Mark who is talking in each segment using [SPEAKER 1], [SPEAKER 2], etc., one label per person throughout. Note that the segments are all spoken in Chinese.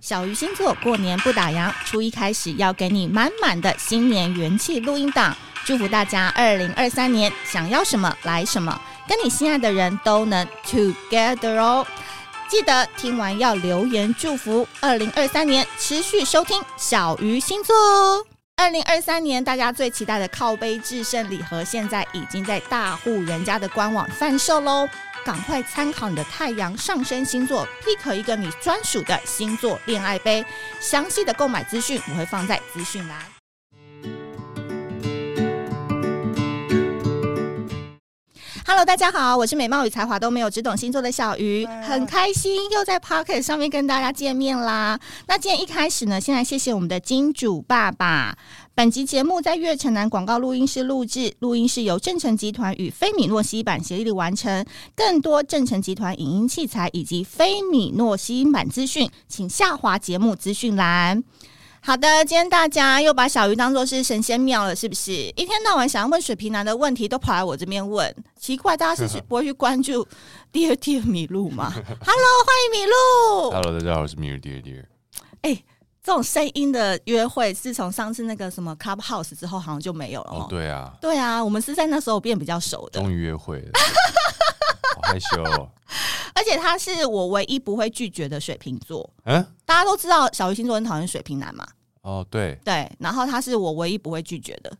[SPEAKER 1] 小鱼星座过年不打烊，初一开始要给你满满的新年元气录音档，祝福大家二零二三年想要什么来什么，跟你心爱的人都能 together 哦。记得听完要留言祝福，二零二三年持续收听小鱼星座哦。二零二三年大家最期待的靠杯制胜礼盒，现在已经在大户人家的官网贩售喽。赶快参考你的太阳上升星座，pick 一个你专属的星座恋爱杯。详细的购买资讯我会放在资讯栏。Hello，大家好，我是美貌与才华都没有，只懂星座的小鱼，很开心又在 Pocket 上面跟大家见面啦。那今天一开始呢，先来谢谢我们的金主爸爸。本集节目在月城南广告录音室录制，录音室由正成集团与菲米诺西版协力完成。更多正成集团影音器材以及菲米诺西版资讯，请下滑节目资讯栏。好的，今天大家又把小鱼当做是神仙庙了，是不是？一天到晚想要问水瓶男的问题，都跑来我这边问，奇怪，大 家是不会去关注第二季的米露吗？Hello，欢迎米露。
[SPEAKER 2] Hello，大家好，我是 Mir Dear Dear。
[SPEAKER 1] 这种声音的约会，自从上次那个什么 Clubhouse 之后，好像就没有了
[SPEAKER 2] 哦
[SPEAKER 1] 哦，。啊
[SPEAKER 2] 对啊，
[SPEAKER 1] 对啊，我们是在那时候变比较熟的，
[SPEAKER 2] 终于约会了，好害羞哦。
[SPEAKER 1] 而且他是我唯一不会拒绝的水瓶座。
[SPEAKER 2] 嗯，
[SPEAKER 1] 大家都知道小鱼星座很讨厌水瓶男嘛，
[SPEAKER 2] 哦，对，
[SPEAKER 1] 对，然后他是我唯一不会拒绝的，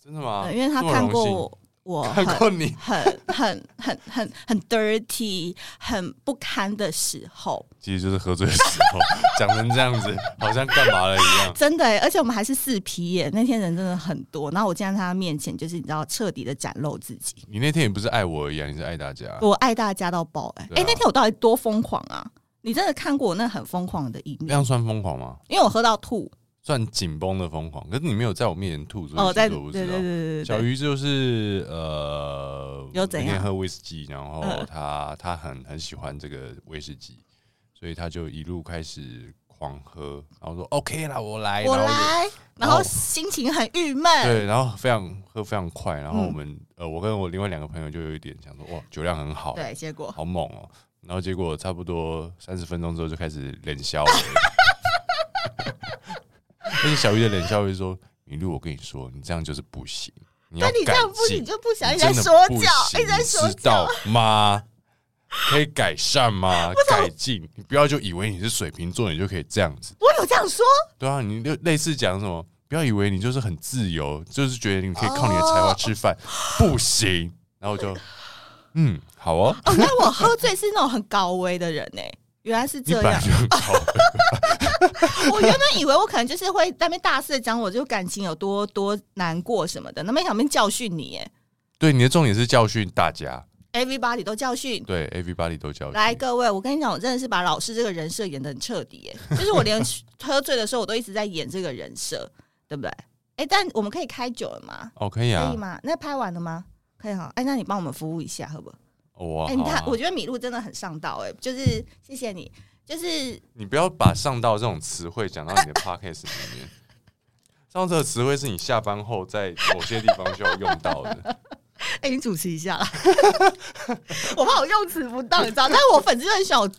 [SPEAKER 2] 真的吗？
[SPEAKER 1] 对因为他
[SPEAKER 2] 啊这么
[SPEAKER 1] 看
[SPEAKER 2] 荣
[SPEAKER 1] 过
[SPEAKER 2] 幸，
[SPEAKER 1] 我，我
[SPEAKER 2] 看
[SPEAKER 1] 很
[SPEAKER 2] 过 你，
[SPEAKER 1] 很很很很很 dirty、很不堪的时候，
[SPEAKER 2] 其实就是喝醉的时候讲成这样子，好像干嘛了一样。
[SPEAKER 1] 真的耶、欸而且我们还是四批耶，那天人真的很多，然后我竟然在他面前，就是你知道，彻底的展露自己。
[SPEAKER 2] 你那天也不是爱我而已啊，你是爱大家。
[SPEAKER 1] 我爱大家到爆哎、欸！
[SPEAKER 2] 对
[SPEAKER 1] 哎、
[SPEAKER 2] 啊
[SPEAKER 1] 那天我到底多疯狂啊？你真的看过我那很疯狂的一
[SPEAKER 2] 那
[SPEAKER 1] 面？
[SPEAKER 2] 样算疯狂吗？
[SPEAKER 1] 因为我喝到吐，
[SPEAKER 2] 算紧绷的疯狂，可是你没有在我面前吐，所以
[SPEAKER 1] 哦，在
[SPEAKER 2] 其实我
[SPEAKER 1] 对
[SPEAKER 2] 不
[SPEAKER 1] 对
[SPEAKER 2] 知道
[SPEAKER 1] 对。对对
[SPEAKER 2] 小
[SPEAKER 1] 对，
[SPEAKER 2] 鱼就是呃，
[SPEAKER 1] 有怎样
[SPEAKER 2] 那天喝威士忌，然后
[SPEAKER 1] 嗯
[SPEAKER 2] 他、他很很喜欢这个威士忌，所以他就一路开始狂喝，然后说 OK 啦，我来，
[SPEAKER 1] 我
[SPEAKER 2] 然后就哦
[SPEAKER 1] 来，然后心情很郁闷，
[SPEAKER 2] 对，然后非常喝非常快，然后
[SPEAKER 1] 嗯
[SPEAKER 2] 我们、呃，我跟我另外两个朋友就有一点想说，哇，酒量很好，
[SPEAKER 1] 对，结果
[SPEAKER 2] 好猛哦、然后结果差不多三十分钟之后就开始冷笑了， 而且小鱼的冷笑会说：“米露，我跟你说，你这样就是不行，你要
[SPEAKER 1] 但你这
[SPEAKER 2] 改
[SPEAKER 1] 样不
[SPEAKER 2] 进
[SPEAKER 1] 你就不想一
[SPEAKER 2] 你
[SPEAKER 1] 直在
[SPEAKER 2] 真的
[SPEAKER 1] 说
[SPEAKER 2] 不
[SPEAKER 1] 教，
[SPEAKER 2] 行
[SPEAKER 1] 一直在
[SPEAKER 2] 你
[SPEAKER 1] 说
[SPEAKER 2] 知
[SPEAKER 1] 教
[SPEAKER 2] 道，吗？ 可以改 善吗？改进，你不要就以为你是水瓶座，你就可以这样子。
[SPEAKER 1] 我有这样说？
[SPEAKER 2] 对啊，你就类似讲什么？不要以为你就是很自由，就是觉得你可以靠你的才华吃 饭，不行。然后我就，嗯，好哦，
[SPEAKER 1] 哦，那我喝醉是那种很高危的人哎、原来是
[SPEAKER 2] 你
[SPEAKER 1] 这
[SPEAKER 2] 本
[SPEAKER 1] 样。
[SPEAKER 2] 来就很 好，
[SPEAKER 1] 我原本以为我可能就是会在那边大肆的讲我就感情有多多难过什么的，那没想到教训你哎、
[SPEAKER 2] 对，你的重点是教训大家，
[SPEAKER 1] e v e r y b o d y 都教训，
[SPEAKER 2] 对，everybody 都教训。
[SPEAKER 1] 来，各位，我跟你讲，我真的是把老师这个人设演的很彻底耶，就是我连 喝醉的时候，我都一直在演这个人设，对不对？哎、但我们可以开酒了吗？
[SPEAKER 2] 哦，可以
[SPEAKER 1] 可
[SPEAKER 2] 啊
[SPEAKER 1] 以，吗？那拍完了吗？可以哈。哎、那你帮我们服务一下，好不好？
[SPEAKER 2] 哦哇，
[SPEAKER 1] 哎、你看，
[SPEAKER 2] 好啊
[SPEAKER 1] 我觉得米露真的很上道，哎，就是谢谢你，就是
[SPEAKER 2] 你不要把上道这种词汇讲到你的 podcast 里面。上道这个词汇是你下班后在某些地方需要用到 的。
[SPEAKER 1] 哎、你主持一下啦， 我怕我用词不当，你知道？但是我粉丝很喜欢 我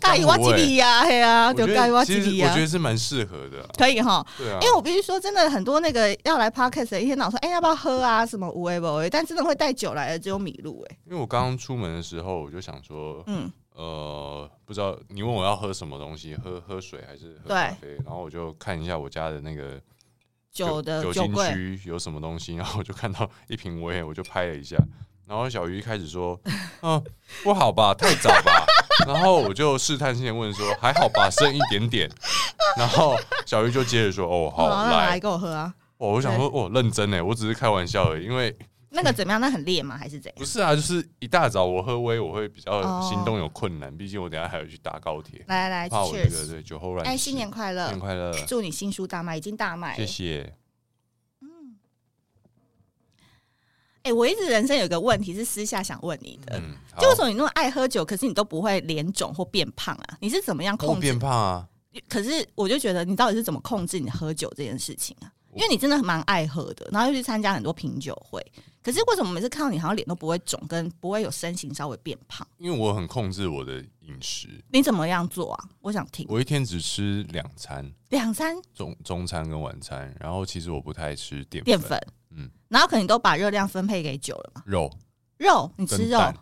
[SPEAKER 1] 盖伊
[SPEAKER 2] 我
[SPEAKER 1] 哇吉利呀，嘿啊呀，
[SPEAKER 2] 欸我觉
[SPEAKER 1] 就盖伊哇
[SPEAKER 2] 得
[SPEAKER 1] 吉
[SPEAKER 2] 其
[SPEAKER 1] 利
[SPEAKER 2] 实我
[SPEAKER 1] 呀
[SPEAKER 2] 觉，得是蛮适合的啊、
[SPEAKER 1] 可以哈。
[SPEAKER 2] 对啊，
[SPEAKER 1] 因为我必须说，真的很多那个要来 podcast 的一天到晚说，哎、要不要喝啊？什么无为不为，但真的会带酒来的只有米露、哎，
[SPEAKER 2] 因为我刚刚出门的时候，我就想说，
[SPEAKER 1] 嗯，
[SPEAKER 2] 呃，不知道你问我要喝什么东西，喝喝水还是喝咖啡？然后我就看一下我家的那个
[SPEAKER 1] 酒的
[SPEAKER 2] 酒
[SPEAKER 1] 酒
[SPEAKER 2] 精
[SPEAKER 1] 柜，
[SPEAKER 2] 区有什么东西，然后我就看到一瓶威，我就拍了一下。然后小鱼一开始说，嗯、不好吧，太早吧。然后我就试探性的问说，还好吧，剩一点点。然后小鱼就接着说，哦，好
[SPEAKER 1] 好啊，那
[SPEAKER 2] 来
[SPEAKER 1] 来。给我喝啊。
[SPEAKER 2] 哦，我想说，哦，认真呢，我只是开玩笑而已，因为
[SPEAKER 1] 那个怎么样？那很烈吗？还是怎样？
[SPEAKER 2] 不是啊，就是一大早我喝威，我会比较
[SPEAKER 1] 哦嗯
[SPEAKER 2] 行动有困难，毕竟我等一下还要去搭高铁，
[SPEAKER 1] 来来来
[SPEAKER 2] 怕我这个
[SPEAKER 1] ，Cheers！
[SPEAKER 2] 对酒后乱
[SPEAKER 1] 哎、
[SPEAKER 2] 性。
[SPEAKER 1] 新年快
[SPEAKER 2] 新
[SPEAKER 1] 乐
[SPEAKER 2] 年！快乐，
[SPEAKER 1] 祝你新书大卖，已经大卖了。
[SPEAKER 2] 谢谢。
[SPEAKER 1] 哎、我一直人生有一个问题是私下想问你的，
[SPEAKER 2] 嗯，好
[SPEAKER 1] 就为什么你那么爱喝酒，可是你都不会脸肿或变胖啊？你是怎么样
[SPEAKER 2] 我
[SPEAKER 1] 控制
[SPEAKER 2] 变胖啊？
[SPEAKER 1] 可是我就觉得你到底是怎么控制你喝酒这件事情啊？
[SPEAKER 2] 我
[SPEAKER 1] 因为你真的蛮爱喝的，然后又去参加很多品酒会，可是为什么每次看到你好像脸都不会肿，跟不会有身形稍微变胖？
[SPEAKER 2] 因为我很控制我的饮食，
[SPEAKER 1] 你怎么样做啊？我想听
[SPEAKER 2] 我一天只吃两餐，
[SPEAKER 1] 两三
[SPEAKER 2] 中中餐跟晚餐，然后其实我不太吃淀
[SPEAKER 1] 淀粉，
[SPEAKER 2] 嗯，
[SPEAKER 1] 然后可能都把热量分配给酒了嘛。
[SPEAKER 2] 肉
[SPEAKER 1] 肉，你吃
[SPEAKER 2] 跟
[SPEAKER 1] 肉，
[SPEAKER 2] 蛋，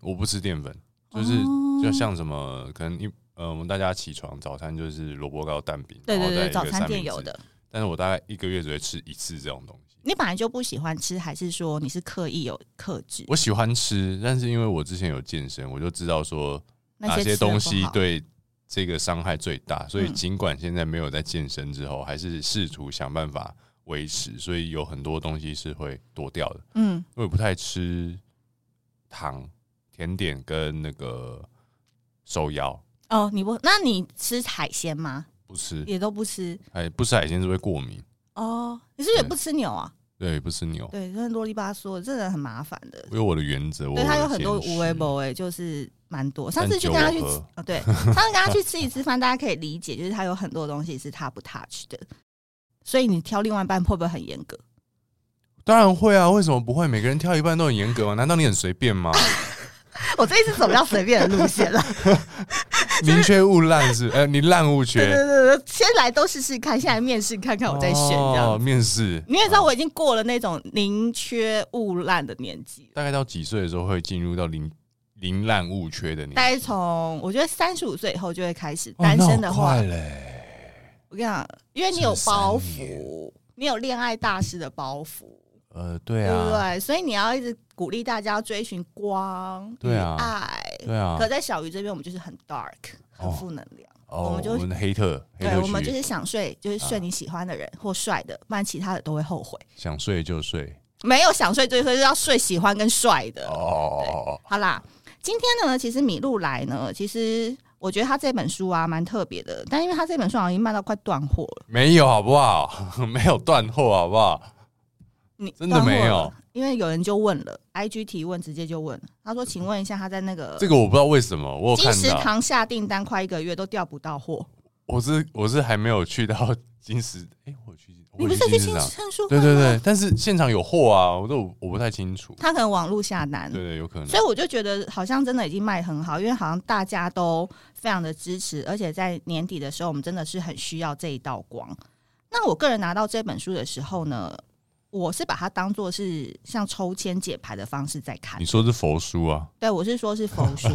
[SPEAKER 2] 我不吃淀粉，就是
[SPEAKER 1] 哦
[SPEAKER 2] 就像什么可能一呃，我们大家起床早餐就是萝卜糕蛋饼，
[SPEAKER 1] 对
[SPEAKER 2] 然
[SPEAKER 1] 对
[SPEAKER 2] 后
[SPEAKER 1] 对，
[SPEAKER 2] 再哦一
[SPEAKER 1] 早
[SPEAKER 2] 个
[SPEAKER 1] 餐
[SPEAKER 2] 三
[SPEAKER 1] 店
[SPEAKER 2] 明
[SPEAKER 1] 有
[SPEAKER 2] 治，
[SPEAKER 1] 的。
[SPEAKER 2] 但是我大概一个月只会吃一次这种东西。
[SPEAKER 1] 你本来就不喜欢吃，还是说你是刻意有克制？
[SPEAKER 2] 我喜欢吃，但是因为我之前有健身，我就知道说
[SPEAKER 1] 那
[SPEAKER 2] 哪些
[SPEAKER 1] 吃得
[SPEAKER 2] 东
[SPEAKER 1] 不
[SPEAKER 2] 西
[SPEAKER 1] 好，
[SPEAKER 2] 对这个伤害最大，所以
[SPEAKER 1] 嗯
[SPEAKER 2] 尽管现在没有在健身之后，还是试图想办法维持，所以有很多东西是会躲掉的。
[SPEAKER 1] 嗯，
[SPEAKER 2] 我也不太吃糖、甜点跟那个手摇，
[SPEAKER 1] 哦，你不，那你吃海鲜吗？
[SPEAKER 2] 不吃，
[SPEAKER 1] 也都不吃
[SPEAKER 2] 哎，不吃海鲜是会过敏。
[SPEAKER 1] 哦。你是不是也
[SPEAKER 2] 对哦
[SPEAKER 1] 不吃牛啊？
[SPEAKER 2] 对，不吃牛，
[SPEAKER 1] 对，真的啰里吧嗦，这人很麻烦的。
[SPEAKER 2] 我有我的原则。我
[SPEAKER 1] 对他
[SPEAKER 2] 的
[SPEAKER 1] 有很多
[SPEAKER 2] 坚持
[SPEAKER 1] 无为不为，就是蛮多。上
[SPEAKER 2] 但
[SPEAKER 1] 次去
[SPEAKER 2] 酒
[SPEAKER 1] 跟他
[SPEAKER 2] 我
[SPEAKER 1] 去吃
[SPEAKER 2] 喝，
[SPEAKER 1] 哦，对，上次跟他去吃一次饭，大家可以理解，就是他有很多东西是他不 touch 的。所以你挑另外一半会不会很严格？
[SPEAKER 2] 当然会啊，为什么不会？每个人挑一半都很严格吗？难道你很随 便吗？
[SPEAKER 1] 我这一次走比较随便的路线 了。
[SPEAKER 2] 宁缺毋滥是不是，呃，你滥勿
[SPEAKER 1] 对对
[SPEAKER 2] 缺。
[SPEAKER 1] 对对，先来都试试看，现在面试看看我再选这样
[SPEAKER 2] 哦，面试
[SPEAKER 1] 你也知道，我已经过了那种宁缺毋滥的年纪了，
[SPEAKER 2] 大概到几岁的时候会进入到零零滥勿缺的年纪？
[SPEAKER 1] 大概从我觉得三十五岁以后就会开始。
[SPEAKER 2] 哦
[SPEAKER 1] 单身的话，
[SPEAKER 2] 那我快嘞，
[SPEAKER 1] 我跟你讲，因为你有包
[SPEAKER 2] 13
[SPEAKER 1] 袱，你有恋爱大师的包袱，
[SPEAKER 2] 呃，对
[SPEAKER 1] 对不
[SPEAKER 2] 啊，
[SPEAKER 1] 对？所以你要一直鼓励大家追寻光与
[SPEAKER 2] 对啊
[SPEAKER 1] 爱。
[SPEAKER 2] 对啊
[SPEAKER 1] 可，在小鱼这边，我们就是很 dark，很
[SPEAKER 2] 哦
[SPEAKER 1] 负能量。
[SPEAKER 2] 哦，
[SPEAKER 1] 我们就
[SPEAKER 2] 我们的黑特，黑
[SPEAKER 1] 对，
[SPEAKER 2] 啊特
[SPEAKER 1] 我们就
[SPEAKER 2] 区
[SPEAKER 1] 是想睡，就是睡你喜欢的人或帅的，不然其他的都会后悔。
[SPEAKER 2] 想睡就睡。
[SPEAKER 1] 没有想睡就睡，就是要睡喜欢跟帅的。
[SPEAKER 2] 哦哦哦哦，
[SPEAKER 1] 好啦，今天呢，其实米露来呢，其实我觉得他这本书啊蛮特别的，但因为他这本书好像已经卖到快断货了，
[SPEAKER 2] 没有好不 好？没有断货好不好？
[SPEAKER 1] 你
[SPEAKER 2] 真的没有
[SPEAKER 1] 断货了？因为有人就问了，IG 提问直接就问了，他说：“请问一下，他在那个
[SPEAKER 2] 这个我不知道为什么，我
[SPEAKER 1] 呃
[SPEAKER 2] 有
[SPEAKER 1] 金
[SPEAKER 2] 看
[SPEAKER 1] 石
[SPEAKER 2] 到，
[SPEAKER 1] 堂下订单快一个月都调不到货，
[SPEAKER 2] 我是我是还没有去到金石，哎，我有去，
[SPEAKER 1] 你
[SPEAKER 2] 我
[SPEAKER 1] 不
[SPEAKER 2] 有
[SPEAKER 1] 是去
[SPEAKER 2] 去金石
[SPEAKER 1] 新
[SPEAKER 2] 堂，
[SPEAKER 1] 圣书
[SPEAKER 2] 对
[SPEAKER 1] 会
[SPEAKER 2] 对
[SPEAKER 1] 吗
[SPEAKER 2] 对，，但是现场有货啊，我都我不太清楚。
[SPEAKER 1] 他可能网络下单
[SPEAKER 2] 对。对，有可能。
[SPEAKER 1] 所以我就觉得好像真的已经卖很好，因为好像大家都非常的支持，而且在年底的时候，我们真的是很需要这一道光。那我个人拿到这本书的时候呢，我是把它当做是像抽签解牌的方式在看
[SPEAKER 2] 你。说是佛书啊？
[SPEAKER 1] 对我是说是佛书，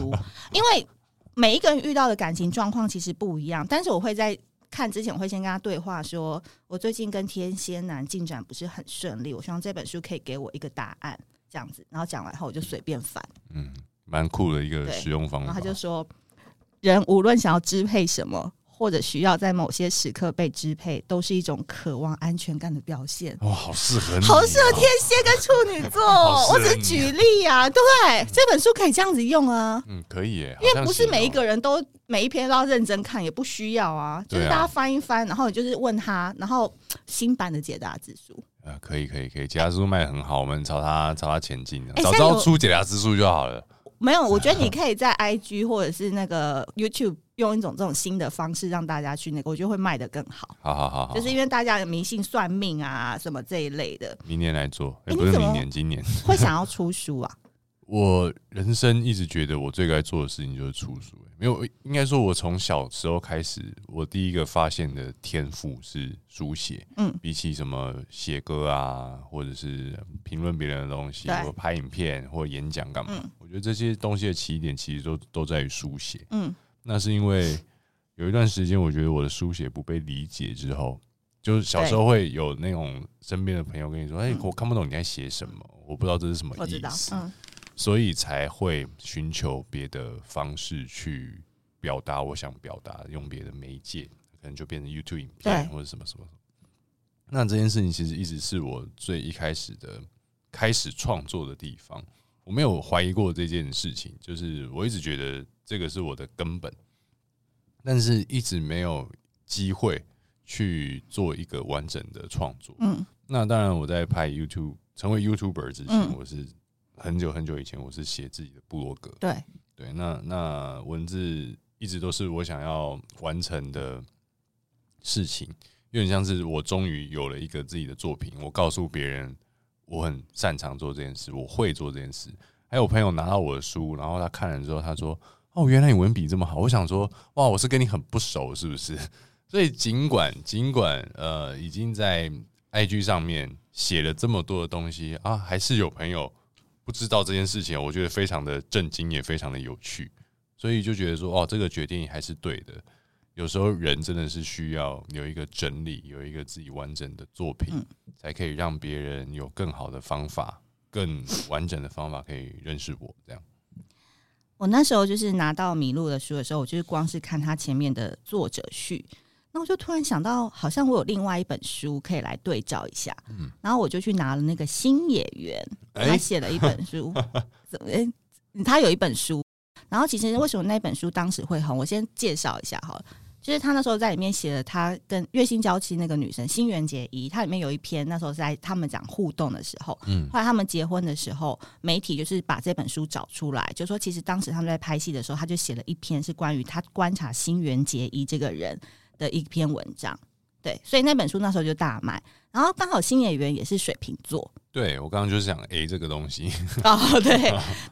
[SPEAKER 1] 因为每一个人遇到的感情状况其实不一样，但是我会在。看之前我会先跟他对话说我最近跟天蝎男进展不是很顺利，我希望这本书可以给我一个答案，这样子。然后讲完后我就随便翻。
[SPEAKER 2] 嗯，蛮酷的一个
[SPEAKER 1] 对
[SPEAKER 2] 使用方
[SPEAKER 1] 然
[SPEAKER 2] 法。
[SPEAKER 1] 后他就说，人无论想要支配什么，或者需要在某些时刻被支配，都是一种渴望安全感的表 现。
[SPEAKER 2] 哇，好适合你、啊
[SPEAKER 1] 好适合天，蝎跟处女座
[SPEAKER 2] 好，适合
[SPEAKER 1] 我
[SPEAKER 2] 你
[SPEAKER 1] 只是举例啊，对不对？这本书可以这样子用啊，
[SPEAKER 2] 嗯，可以耶，
[SPEAKER 1] 因
[SPEAKER 2] 嗯好
[SPEAKER 1] 为
[SPEAKER 2] 像
[SPEAKER 1] 不是
[SPEAKER 2] 哦
[SPEAKER 1] 每一个人都每一篇都要认真看，也不需要啊，就是
[SPEAKER 2] 对啊
[SPEAKER 1] 大家翻一翻，然后你就是问他，然后新版的解答之书，
[SPEAKER 2] 呃，可以可以可以，解答之书卖的很好，我们朝它朝它前进，
[SPEAKER 1] 哎
[SPEAKER 2] 早知
[SPEAKER 1] 现在
[SPEAKER 2] 道
[SPEAKER 1] 有
[SPEAKER 2] 出解答之书就好了。
[SPEAKER 1] 没有，我觉得你可以在 IG 或者是那个 YouTube 用一种这种新的方式让大家去那个，我觉得会卖得更好。
[SPEAKER 2] 好好好好，
[SPEAKER 1] 就是因为大家有迷信算命啊什么这一类的，
[SPEAKER 2] 明年来做，
[SPEAKER 1] 哎
[SPEAKER 2] 哎，不是
[SPEAKER 1] 你怎么
[SPEAKER 2] 明年，今年。
[SPEAKER 1] 会想要出书啊。
[SPEAKER 2] 我人生一直觉得我最该做的事情就是出书、哎没有，应该说我从小时候开始，我第一个发现的天赋是书写。
[SPEAKER 1] 嗯
[SPEAKER 2] 比起什么写歌啊，或者是评论别人的东西，
[SPEAKER 1] 对
[SPEAKER 2] 或拍影片或演讲干嘛，
[SPEAKER 1] 嗯
[SPEAKER 2] 我觉得这些东西的起点其实都都在于书写。
[SPEAKER 1] 嗯
[SPEAKER 2] 那是因为有一段时间，我觉得我的书写不被理解之后，就是小时候会有那种身边的朋友跟你说：“哎、
[SPEAKER 1] 嗯
[SPEAKER 2] 我看不懂你在写什么，我 不知道这是什么
[SPEAKER 1] 我知
[SPEAKER 2] 意
[SPEAKER 1] 道，
[SPEAKER 2] 思。
[SPEAKER 1] 嗯
[SPEAKER 2] 所以才会寻求别的方式去表达我想表达，用别的媒介，可能就变成 YouTube 影
[SPEAKER 1] 对
[SPEAKER 2] 片或者什么什么什么。那这件事情其实一直是我最一开始的开始创作的地方，我没有怀疑过这件事情，就是我一直觉得这个是我的根本，但是一直没有机会去做一个完整的创作。
[SPEAKER 1] 嗯
[SPEAKER 2] 那当然，我在拍 YouTube 成为 YouTuber 之前，
[SPEAKER 1] 嗯
[SPEAKER 2] 我是很久很久以前，我是写自己的部落格。
[SPEAKER 1] 对，
[SPEAKER 2] 对，那那文字一直都是我想要完成的事情，有点像是我终于有了一个自己的作品，我告诉别人我很擅长做这件事，我会做这件事。还有朋友拿到我的书，然后他看了之后，他说：“哦，原来你文笔这么好。”我想说：“哇，我是跟你很不熟，是不是？” 所以尽管尽管呃，已经在 IG 上面写了这么多的东西啊，还是有朋友不知道这件事情，我觉得非常的震惊，也非常的有趣。所以就觉得说，哦，这个决定还是对的。有时候人真的是需要有一个整理，有一个自己完整的作品，
[SPEAKER 1] 嗯
[SPEAKER 2] 才可以让别人有更好的方法、更完整的方法可以认识我。这样，
[SPEAKER 1] 我那时候就是拿到米露的书的时候，我就是光是看它前面的作者序，那我就突然想到，好像我有另外一本书可以来对照一下。嗯，然后我就去拿了那个新野原，
[SPEAKER 2] 哎
[SPEAKER 1] 他写了一本书，怎么、诶嗯他有一本书。然后其实为什么那本书当时会红，我先介绍一下好了。就是他那时候在里面写了他跟月薪娇妻那个女生新垣结衣，他里面有一篇那时候在他们讲互动的时候，
[SPEAKER 2] 嗯
[SPEAKER 1] 后来他们结婚的时候，媒体就是把这本书找出来，就说其实当时他们在拍戏的时候，他就写了一篇是关于他观察新垣结衣这个人的一篇文章。对，所以那本书那时候就大卖，然后刚好新演员也是水瓶座，
[SPEAKER 2] 对我刚刚就是想 A 这个东西，
[SPEAKER 1] 哦，对，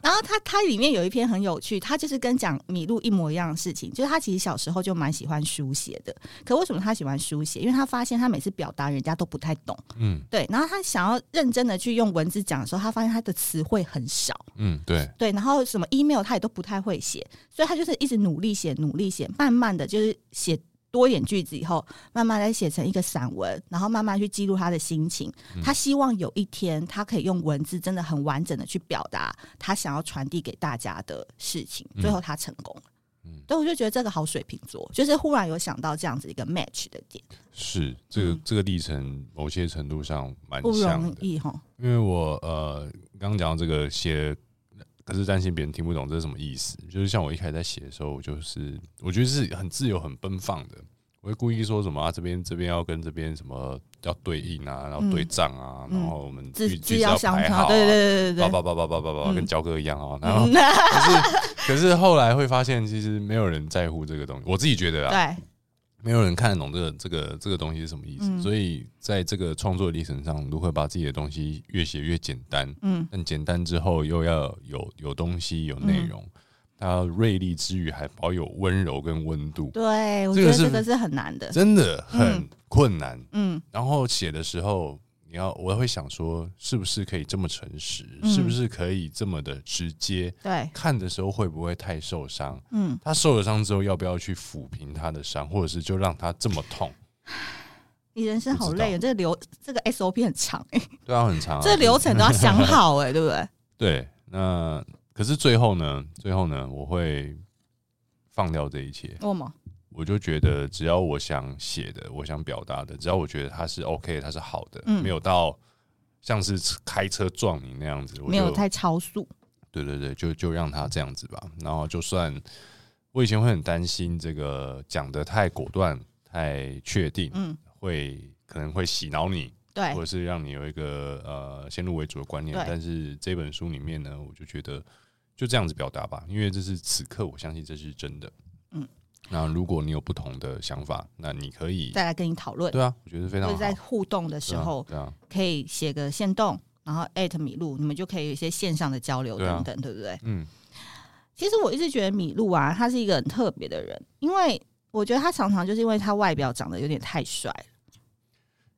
[SPEAKER 1] 然后他他里面有一篇很有趣，他就是跟讲米露一模一样的事情，就是他其实小时候就蛮喜欢书写的，可为什么他喜欢书写？因为他发现他每次表达人家都不太懂，
[SPEAKER 2] 嗯
[SPEAKER 1] 对，然后他想要认真的去用文字讲的时候，他发现他的词汇很少，
[SPEAKER 2] 嗯，对，
[SPEAKER 1] 对，然后什么 email 他也都不太会写，所以他就是一直努力写，努力写，慢慢的就是写多一点句子以后，慢慢再写成一个散文，然后慢慢去记录他的心情。
[SPEAKER 2] 嗯
[SPEAKER 1] 他希望有一天他可以用文字真的很完整的去表达他想要传递给大家的事情，最后他成功了。
[SPEAKER 2] 嗯
[SPEAKER 1] 所以我就觉得这个好水瓶座，就是忽然有想到这样子一个 match 的点，
[SPEAKER 2] 是这个这个历程，某些程度上蛮
[SPEAKER 1] 不
[SPEAKER 2] 像
[SPEAKER 1] 容
[SPEAKER 2] 的。
[SPEAKER 1] 易哈。
[SPEAKER 2] 因为我呃刚刚讲到这个写，可是担心别人听不懂这是什么意思。就是像我一开始在写的时候，我就是我觉得是很自由、很奔放的，我会故意说什么啊这边这边要跟这边什么要对应啊，然后对仗啊，
[SPEAKER 1] 嗯
[SPEAKER 2] 然后我们
[SPEAKER 1] 字
[SPEAKER 2] 句
[SPEAKER 1] 字
[SPEAKER 2] 句子
[SPEAKER 1] 相
[SPEAKER 2] 排
[SPEAKER 1] 调，
[SPEAKER 2] 好、啊，
[SPEAKER 1] 对对对对
[SPEAKER 2] 叭
[SPEAKER 1] 对
[SPEAKER 2] 叭叭叭叭叭叭，跟
[SPEAKER 1] 嗯
[SPEAKER 2] 焦哥一样啊。然后
[SPEAKER 1] 嗯 对
[SPEAKER 2] 可是可是后来会发现，其实没有人在乎这个东西，我自己觉得啊，没有人看得懂这个这个这个东西是什么意思，
[SPEAKER 1] 嗯
[SPEAKER 2] 所以在这个创作历程上，如何把自己的东西越写越简单，
[SPEAKER 1] 嗯
[SPEAKER 2] 但简单之后又要有有东西有内容，它锐利之余还保有温柔跟温度，
[SPEAKER 1] 对，我
[SPEAKER 2] 这
[SPEAKER 1] 觉
[SPEAKER 2] 个
[SPEAKER 1] 得
[SPEAKER 2] 是
[SPEAKER 1] 这个是很难的。
[SPEAKER 2] 真的很
[SPEAKER 1] 嗯
[SPEAKER 2] 困难。
[SPEAKER 1] 嗯
[SPEAKER 2] 然后写的时候，你要我会想说，是不是可以这么诚实，
[SPEAKER 1] 嗯
[SPEAKER 2] 是不是可以这么的直接？
[SPEAKER 1] 对，
[SPEAKER 2] 看的时候会不会太受伤？
[SPEAKER 1] 嗯，
[SPEAKER 2] 他受了伤之后，要不要去抚平他的伤，或者是就让他这么痛？
[SPEAKER 1] 你人生好累，哦，这个流这个 SOP 很长哎、
[SPEAKER 2] 对啊，很 长、啊。
[SPEAKER 1] 这个流程都要想 好哎、对不对？
[SPEAKER 2] 对，那可是最后呢？最后呢？我会放掉这一切。
[SPEAKER 1] 我吗？
[SPEAKER 2] 我就觉得，只要我想写的，我想表达的，只要我觉得它是 OK，的它是好的，
[SPEAKER 1] 嗯
[SPEAKER 2] 没有到像是开车撞你那样子，我
[SPEAKER 1] 没有
[SPEAKER 2] 就
[SPEAKER 1] 太超速，
[SPEAKER 2] 对对对，就就让它这样子吧。然后就算我以前会很担心这个讲的太果断、太确定，
[SPEAKER 1] 嗯，
[SPEAKER 2] 会可能会洗脑你，
[SPEAKER 1] 对
[SPEAKER 2] 或，者是让你有一个呃先入为主的观念
[SPEAKER 1] 对。
[SPEAKER 2] 但是这本书里面呢，我就觉得就这样子表达吧，因为这是此刻我相信这是真的。
[SPEAKER 1] 嗯，
[SPEAKER 2] 那如果你有不同的想法，那你可以
[SPEAKER 1] 再来跟你讨论，
[SPEAKER 2] 对啊，我觉得非
[SPEAKER 1] 或者
[SPEAKER 2] 常好。
[SPEAKER 1] 在互动的
[SPEAKER 2] 对
[SPEAKER 1] 时
[SPEAKER 2] 啊
[SPEAKER 1] 候，
[SPEAKER 2] 对啊，
[SPEAKER 1] 可以写个线动，然后艾特米露，你们就可以有一些线上的交流
[SPEAKER 2] 对啊
[SPEAKER 1] 等等，对不对？
[SPEAKER 2] 嗯，
[SPEAKER 1] 其实我一直觉得米露啊，他是一个很特别的人，因为我觉得他常常就是因为他外表长得有点太帅了，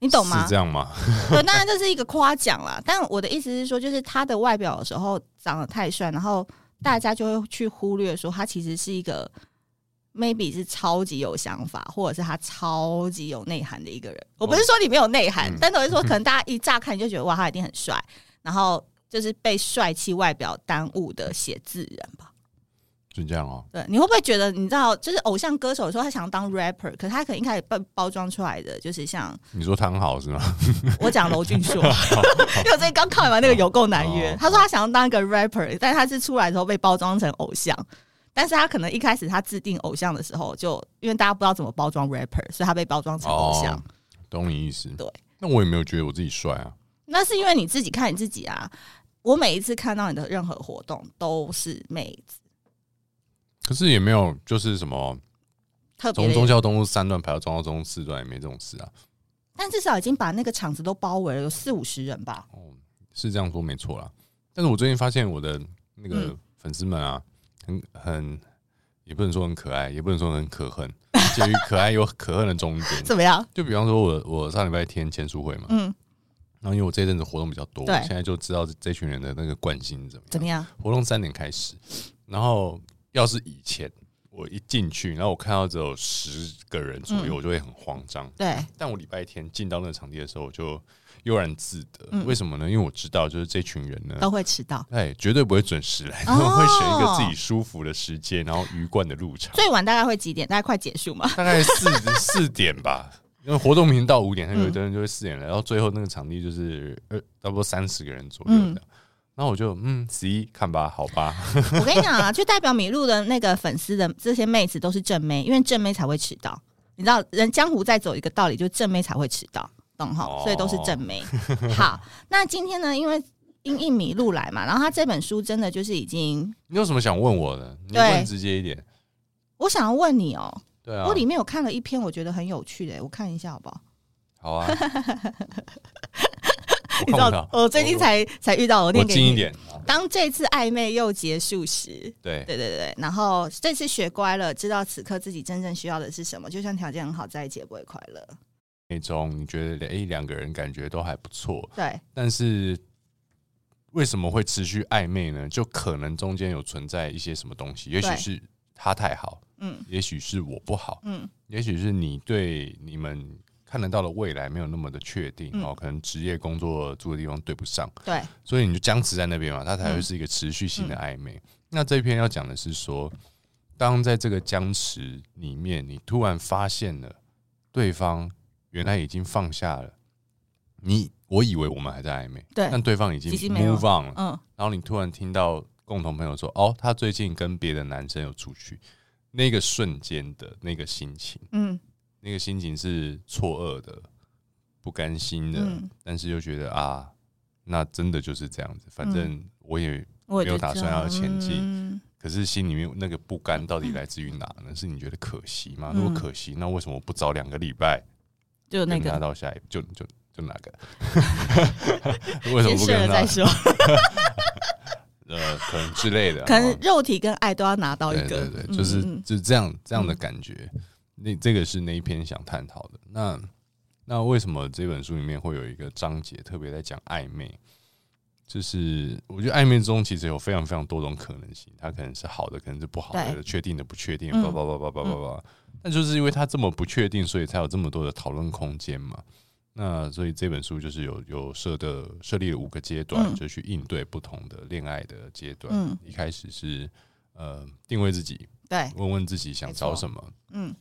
[SPEAKER 1] 你懂吗
[SPEAKER 2] 是这？样吗？
[SPEAKER 1] 对，当然这是一个夸奖啦。但我的意思是说，就是他的外表的时候长得太帅，然后大家就会去忽略说他其实是一个 maybe 是超级有想法，或者是他超级有内涵的一个人。我不是说你没有内涵，
[SPEAKER 2] 嗯
[SPEAKER 1] 但我是说可能大家一乍看你就觉得哇，他一定很帅，然后就是被帅气外表耽误的写字人吧。
[SPEAKER 2] 是这样哦、
[SPEAKER 1] 对，你会不会觉得你知道，就是偶像歌手的时候，他想当 rapper，可是他可能一开始被包装出来的就是像
[SPEAKER 2] 你说汤好是吗？
[SPEAKER 1] 我讲娄俊 硕， 因为我最近刚看完那个《有够难约
[SPEAKER 2] 哦》，
[SPEAKER 1] 他说他想要当一个 rapper，但他是出来之后被包装成偶像，但是他可能一开始他制定偶像的时候就，因为大家不知道怎么包装 rapper，所以他被包装成偶像。
[SPEAKER 2] 哦，懂你意思。
[SPEAKER 1] 对，
[SPEAKER 2] 那我也没有觉得我自己帅啊。
[SPEAKER 1] 那是因为你自己看你自己啊。我每一次看到你的任何活动都是妹子，
[SPEAKER 2] 可是也没有，就是什么
[SPEAKER 1] 特别
[SPEAKER 2] 从
[SPEAKER 1] 的
[SPEAKER 2] 中，孝东路三段排到中孝东路四段也没这种事啊。
[SPEAKER 1] 但至少已经把那个场子都包围了，有四五十人吧。
[SPEAKER 2] 哦，是这样说没错啦。但是我最近发现我的那个
[SPEAKER 1] 嗯
[SPEAKER 2] 粉丝们啊，很很也不能说很可爱，也不能说很可恨， 介于可爱又可恨的中间。
[SPEAKER 1] 怎么样？
[SPEAKER 2] 就比方说我我上礼拜天签书会嘛，
[SPEAKER 1] 嗯，
[SPEAKER 2] 然后因为我这一阵子活动比较多，
[SPEAKER 1] 对
[SPEAKER 2] 现在就知道这这群人的那个惯性是怎么样。
[SPEAKER 1] 怎么样？
[SPEAKER 2] 活动三点开始，然后要是以前我一进去，然后我看到只有十个人左右，
[SPEAKER 1] 嗯
[SPEAKER 2] 我就会很慌张。
[SPEAKER 1] 对，
[SPEAKER 2] 但我礼拜天进到那个场地的时候，我就悠然自得。
[SPEAKER 1] 嗯
[SPEAKER 2] 为什么呢？因为我知道，就是这群人呢，
[SPEAKER 1] 都会迟到，
[SPEAKER 2] 哎，绝对不会准时来，
[SPEAKER 1] 哦
[SPEAKER 2] 他们会选一个自己舒服的时间，然后鱼贯的入场，
[SPEAKER 1] 最晚大概会几点？大概快结束嘛。
[SPEAKER 2] 大概四 四点吧。因为活动名到五点，他
[SPEAKER 1] 嗯
[SPEAKER 2] 有的人就会四点来，然后最后那个场地就是呃，差不多三十个人左右这
[SPEAKER 1] 嗯
[SPEAKER 2] 样。然后我就嗯，十一看吧，好吧，
[SPEAKER 1] 我跟你讲啊，就代表米露的那个粉丝的这些妹子都是正妹，因为正妹才会迟到。你知道，人江湖再走一个道理，就是正妹才会迟到，懂哈？
[SPEAKER 2] 哦
[SPEAKER 1] 所以都是正妹。好，那今天呢，因为因应米露来嘛，然后他这本书真的就是已经，
[SPEAKER 2] 你有什么想问我的？你
[SPEAKER 1] 对
[SPEAKER 2] 问直接一点。
[SPEAKER 1] 我想要问你哦、
[SPEAKER 2] 对啊
[SPEAKER 1] 我，里面有看了一篇，我觉得很有趣的、我看一下好不好？
[SPEAKER 2] 好 啊。我
[SPEAKER 1] 你知
[SPEAKER 2] 看不到
[SPEAKER 1] 道，，我最近才才遇到，我
[SPEAKER 2] 我
[SPEAKER 1] 念
[SPEAKER 2] 我
[SPEAKER 1] 给你
[SPEAKER 2] 近一。点。
[SPEAKER 1] 当这次暧昧又结束时，
[SPEAKER 2] 对，
[SPEAKER 1] 对对对，然后这次学乖了，知道此刻自己真正需要的是什么，就算条件很好，在一起也不会快乐。
[SPEAKER 2] 那种你觉得哎，诶两个人感觉都还不错，
[SPEAKER 1] 对，
[SPEAKER 2] 但是为什么会持续暧昧呢？就可能中间有存在一些什么东西，也许
[SPEAKER 1] 对
[SPEAKER 2] 是他太好，
[SPEAKER 1] 嗯
[SPEAKER 2] 也许是我不好，
[SPEAKER 1] 嗯，
[SPEAKER 2] 也许是你对你们看得到的未来没有那么的确定，
[SPEAKER 1] 嗯
[SPEAKER 2] 哦，可能职业、工作住的地方对不上。
[SPEAKER 1] 对，
[SPEAKER 2] 所以你就僵持在那边嘛，它
[SPEAKER 1] 嗯
[SPEAKER 2] 才会是一个持续性的暧昧。那这篇要讲的是说，当在这个僵持里面，你突然发现了对方原来已经放下了你，我以为我们还在暧昧，
[SPEAKER 1] 对
[SPEAKER 2] 但对方已经
[SPEAKER 1] 已经没有
[SPEAKER 2] move on 了。
[SPEAKER 1] 嗯，
[SPEAKER 2] 然后你突然听到共同朋友说，哦，他最近跟别的男生有出去，那个瞬间的那个心情，
[SPEAKER 1] 嗯
[SPEAKER 2] 那个心情是错愕的、不甘心的，
[SPEAKER 1] 嗯，
[SPEAKER 2] 但是又觉得啊，那真的就是这样子，反正我也，
[SPEAKER 1] 我
[SPEAKER 2] 没有打算
[SPEAKER 1] 嗯
[SPEAKER 2] 要前进
[SPEAKER 1] 进。
[SPEAKER 2] 可是心里面那个不甘到底来自于哪呢？是你觉得可惜吗？
[SPEAKER 1] 嗯
[SPEAKER 2] 如果可惜，那为什么我不早两个礼拜
[SPEAKER 1] 就那
[SPEAKER 2] 就拿
[SPEAKER 1] 个
[SPEAKER 2] 到下一就就就哪个？ 为什
[SPEAKER 1] 先
[SPEAKER 2] 么不
[SPEAKER 1] 睡
[SPEAKER 2] 跟
[SPEAKER 1] 了
[SPEAKER 2] 他
[SPEAKER 1] 再说，
[SPEAKER 2] 呃，可能之类的，
[SPEAKER 1] 可能
[SPEAKER 2] 哦
[SPEAKER 1] 肉体跟爱都要拿到一
[SPEAKER 2] 对
[SPEAKER 1] 个，
[SPEAKER 2] 对对，
[SPEAKER 1] 嗯
[SPEAKER 2] 就是
[SPEAKER 1] 嗯
[SPEAKER 2] 就是这样这样的感觉。那这个是那一篇想探讨的。那那为什么这本书里面会有一个章节特别在讲暧昧？就是我觉得暧昧中其实有非常非常多种可能性，它可能是好的，可能是不好的，
[SPEAKER 1] 对
[SPEAKER 2] 确定的不确定，
[SPEAKER 1] 嗯
[SPEAKER 2] 叭叭叭叭叭叭叭。那就是因为它这么不确定，所以才有这么多的讨论空间嘛。那所以这本书就是有有设的设立了五个阶段，
[SPEAKER 1] 嗯
[SPEAKER 2] 就去应对不同的恋爱的阶段。
[SPEAKER 1] 嗯
[SPEAKER 2] 啊一开始是呃定位自己，
[SPEAKER 1] 对，
[SPEAKER 2] 问问自己想找
[SPEAKER 1] 没错
[SPEAKER 2] 什么，
[SPEAKER 1] 嗯，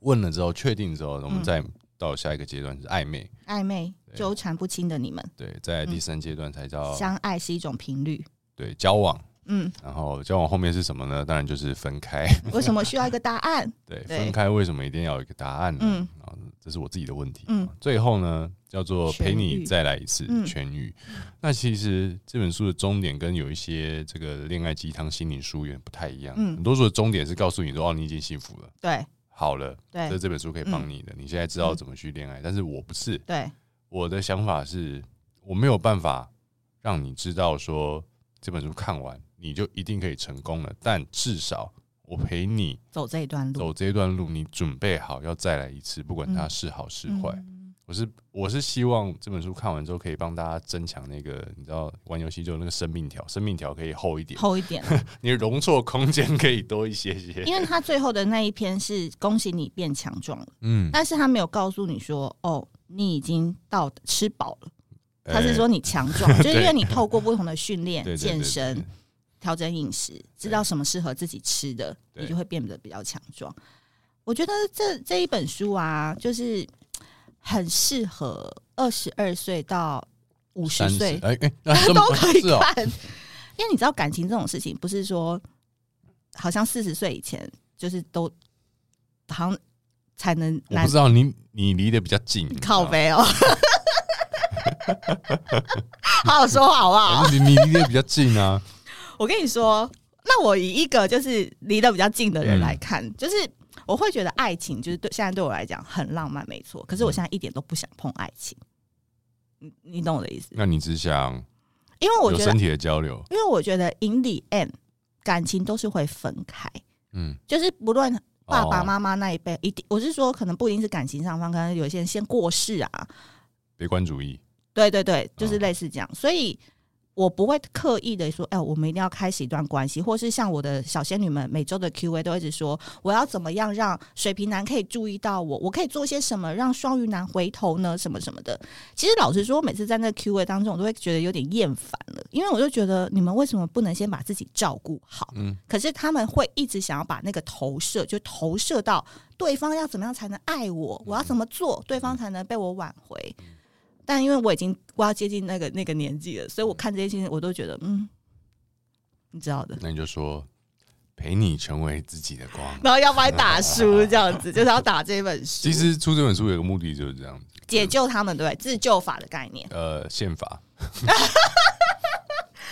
[SPEAKER 2] 问了之后确定之后，我们再到下一个阶段是暧昧，
[SPEAKER 1] 暧昧
[SPEAKER 2] 对哦
[SPEAKER 1] 纠缠不清的你们，
[SPEAKER 2] 对，在第
[SPEAKER 1] 嗯
[SPEAKER 2] 三阶段才叫、
[SPEAKER 1] 相爱是一种频率。
[SPEAKER 2] 对交往，
[SPEAKER 1] 嗯，
[SPEAKER 2] 然后交往后面是什么呢？当然就是分开，
[SPEAKER 1] 为什么需要一个答案？
[SPEAKER 2] 对，
[SPEAKER 1] 嗯对
[SPEAKER 2] 分开为什么一定要有一个答案呢？
[SPEAKER 1] 嗯
[SPEAKER 2] 然后这是我自己的问题。
[SPEAKER 1] 嗯
[SPEAKER 2] 最后呢，叫做
[SPEAKER 1] 痊愈
[SPEAKER 2] 陪你再来一次
[SPEAKER 1] 嗯
[SPEAKER 2] 痊愈。那其实这本书的终点跟有一些这个恋爱鸡汤心灵书有点不太一样，
[SPEAKER 1] 嗯
[SPEAKER 2] 很多书的终点是告诉你说哦，你已经幸福了，
[SPEAKER 1] 对
[SPEAKER 2] 好了，这
[SPEAKER 1] 对
[SPEAKER 2] 这本书可以
[SPEAKER 1] 嗯
[SPEAKER 2] 帮你的，你现在知道怎么去恋爱。但是我不是，
[SPEAKER 1] 对，
[SPEAKER 2] 我的想法是，我没有办法让你知道说这本书看完你就一定可以成功了，但至少我陪你
[SPEAKER 1] 走这一段路，
[SPEAKER 2] 走这一段路，你准备好要再来一次，不管它
[SPEAKER 1] 嗯
[SPEAKER 2] 是好是
[SPEAKER 1] 嗯
[SPEAKER 2] 坏。我是我是希望这本书看完之后，可以帮大家增强那个你知道玩游戏就有那个生命条，生命条可以厚一点，
[SPEAKER 1] 厚一点，
[SPEAKER 2] 你的容错空间 可以多一些些。
[SPEAKER 1] 因为他最后的那一篇是恭喜你变强壮了，
[SPEAKER 2] 嗯，
[SPEAKER 1] 但是他没有告诉你说，哦，你已经到吃饱了。他是说你强 壮，就是因为你透过不同的训
[SPEAKER 2] 哎
[SPEAKER 1] 练、
[SPEAKER 2] 对对对
[SPEAKER 1] 健
[SPEAKER 2] 对
[SPEAKER 1] 身、调整饮食，知道什么适合自己吃的，
[SPEAKER 2] 对
[SPEAKER 1] 你就会变得比较强壮。我觉得这这一本书啊，就是很适合二十二岁到五十
[SPEAKER 2] 三十
[SPEAKER 1] 岁
[SPEAKER 2] 哎哎，那这么
[SPEAKER 1] 都可以
[SPEAKER 2] 是哦
[SPEAKER 1] 看，因为你知道感情这种事情，不是说好像四十岁以前就是都好像才能
[SPEAKER 2] 我
[SPEAKER 1] 男
[SPEAKER 2] 不知道你你离得比较近，你知 道
[SPEAKER 1] 靠
[SPEAKER 2] 吗，
[SPEAKER 1] 背哦。好好说话好不好？
[SPEAKER 2] 你你离得比较近啊，
[SPEAKER 1] 我跟你说，那我以一个就是离得比较近的人来看，
[SPEAKER 2] 嗯
[SPEAKER 1] 就是我会觉得爱情就是对现在对我来讲很浪漫，
[SPEAKER 2] 嗯
[SPEAKER 1] 没错。可是我现在一点都不想碰爱情，你你懂我的意思？
[SPEAKER 2] 那你只想
[SPEAKER 1] 因为我
[SPEAKER 2] 有
[SPEAKER 1] 觉得
[SPEAKER 2] 身，体的交流，
[SPEAKER 1] 因为我觉得 in the end 感情都是会分开，
[SPEAKER 2] 嗯，
[SPEAKER 1] 就是不论爸爸
[SPEAKER 2] 哦
[SPEAKER 1] 妈妈那一辈，一定我是说，可能不一定是感情上方，可能有一些人先过世啊，
[SPEAKER 2] 悲观主义，
[SPEAKER 1] 对对对，就是
[SPEAKER 2] 嗯
[SPEAKER 1] 类似这样，所以。我不会刻意的说，哎、我们一定要开始一段关系，或是像我的小仙女们每周的 Q&A 都一直说，我要怎么样让水瓶男可以注意到我，我可以做些什么让双鱼男回头呢？什么什么的。其实老实说，每次在那 Q&A 当中，我都会觉得有点厌烦了，因为我就觉得你们为什么不能先把自己照顾好？
[SPEAKER 2] 嗯，
[SPEAKER 1] 可是他们会一直想要把那个投射，就投射到对方要怎么样才能爱我，我要怎么做，对方才能被我挽回。但因为我已经我要接近那个那个年纪了，所以我看这些事情，我都觉得嗯，你知道的。
[SPEAKER 2] 那你就说陪你成为自己的 光。
[SPEAKER 1] 然后要买打书这样子，就是要打这本书，
[SPEAKER 2] 其实出这本书有个目的就是这样，
[SPEAKER 1] 解救他们，对不对？自救法的概念。
[SPEAKER 2] 呃，宪法，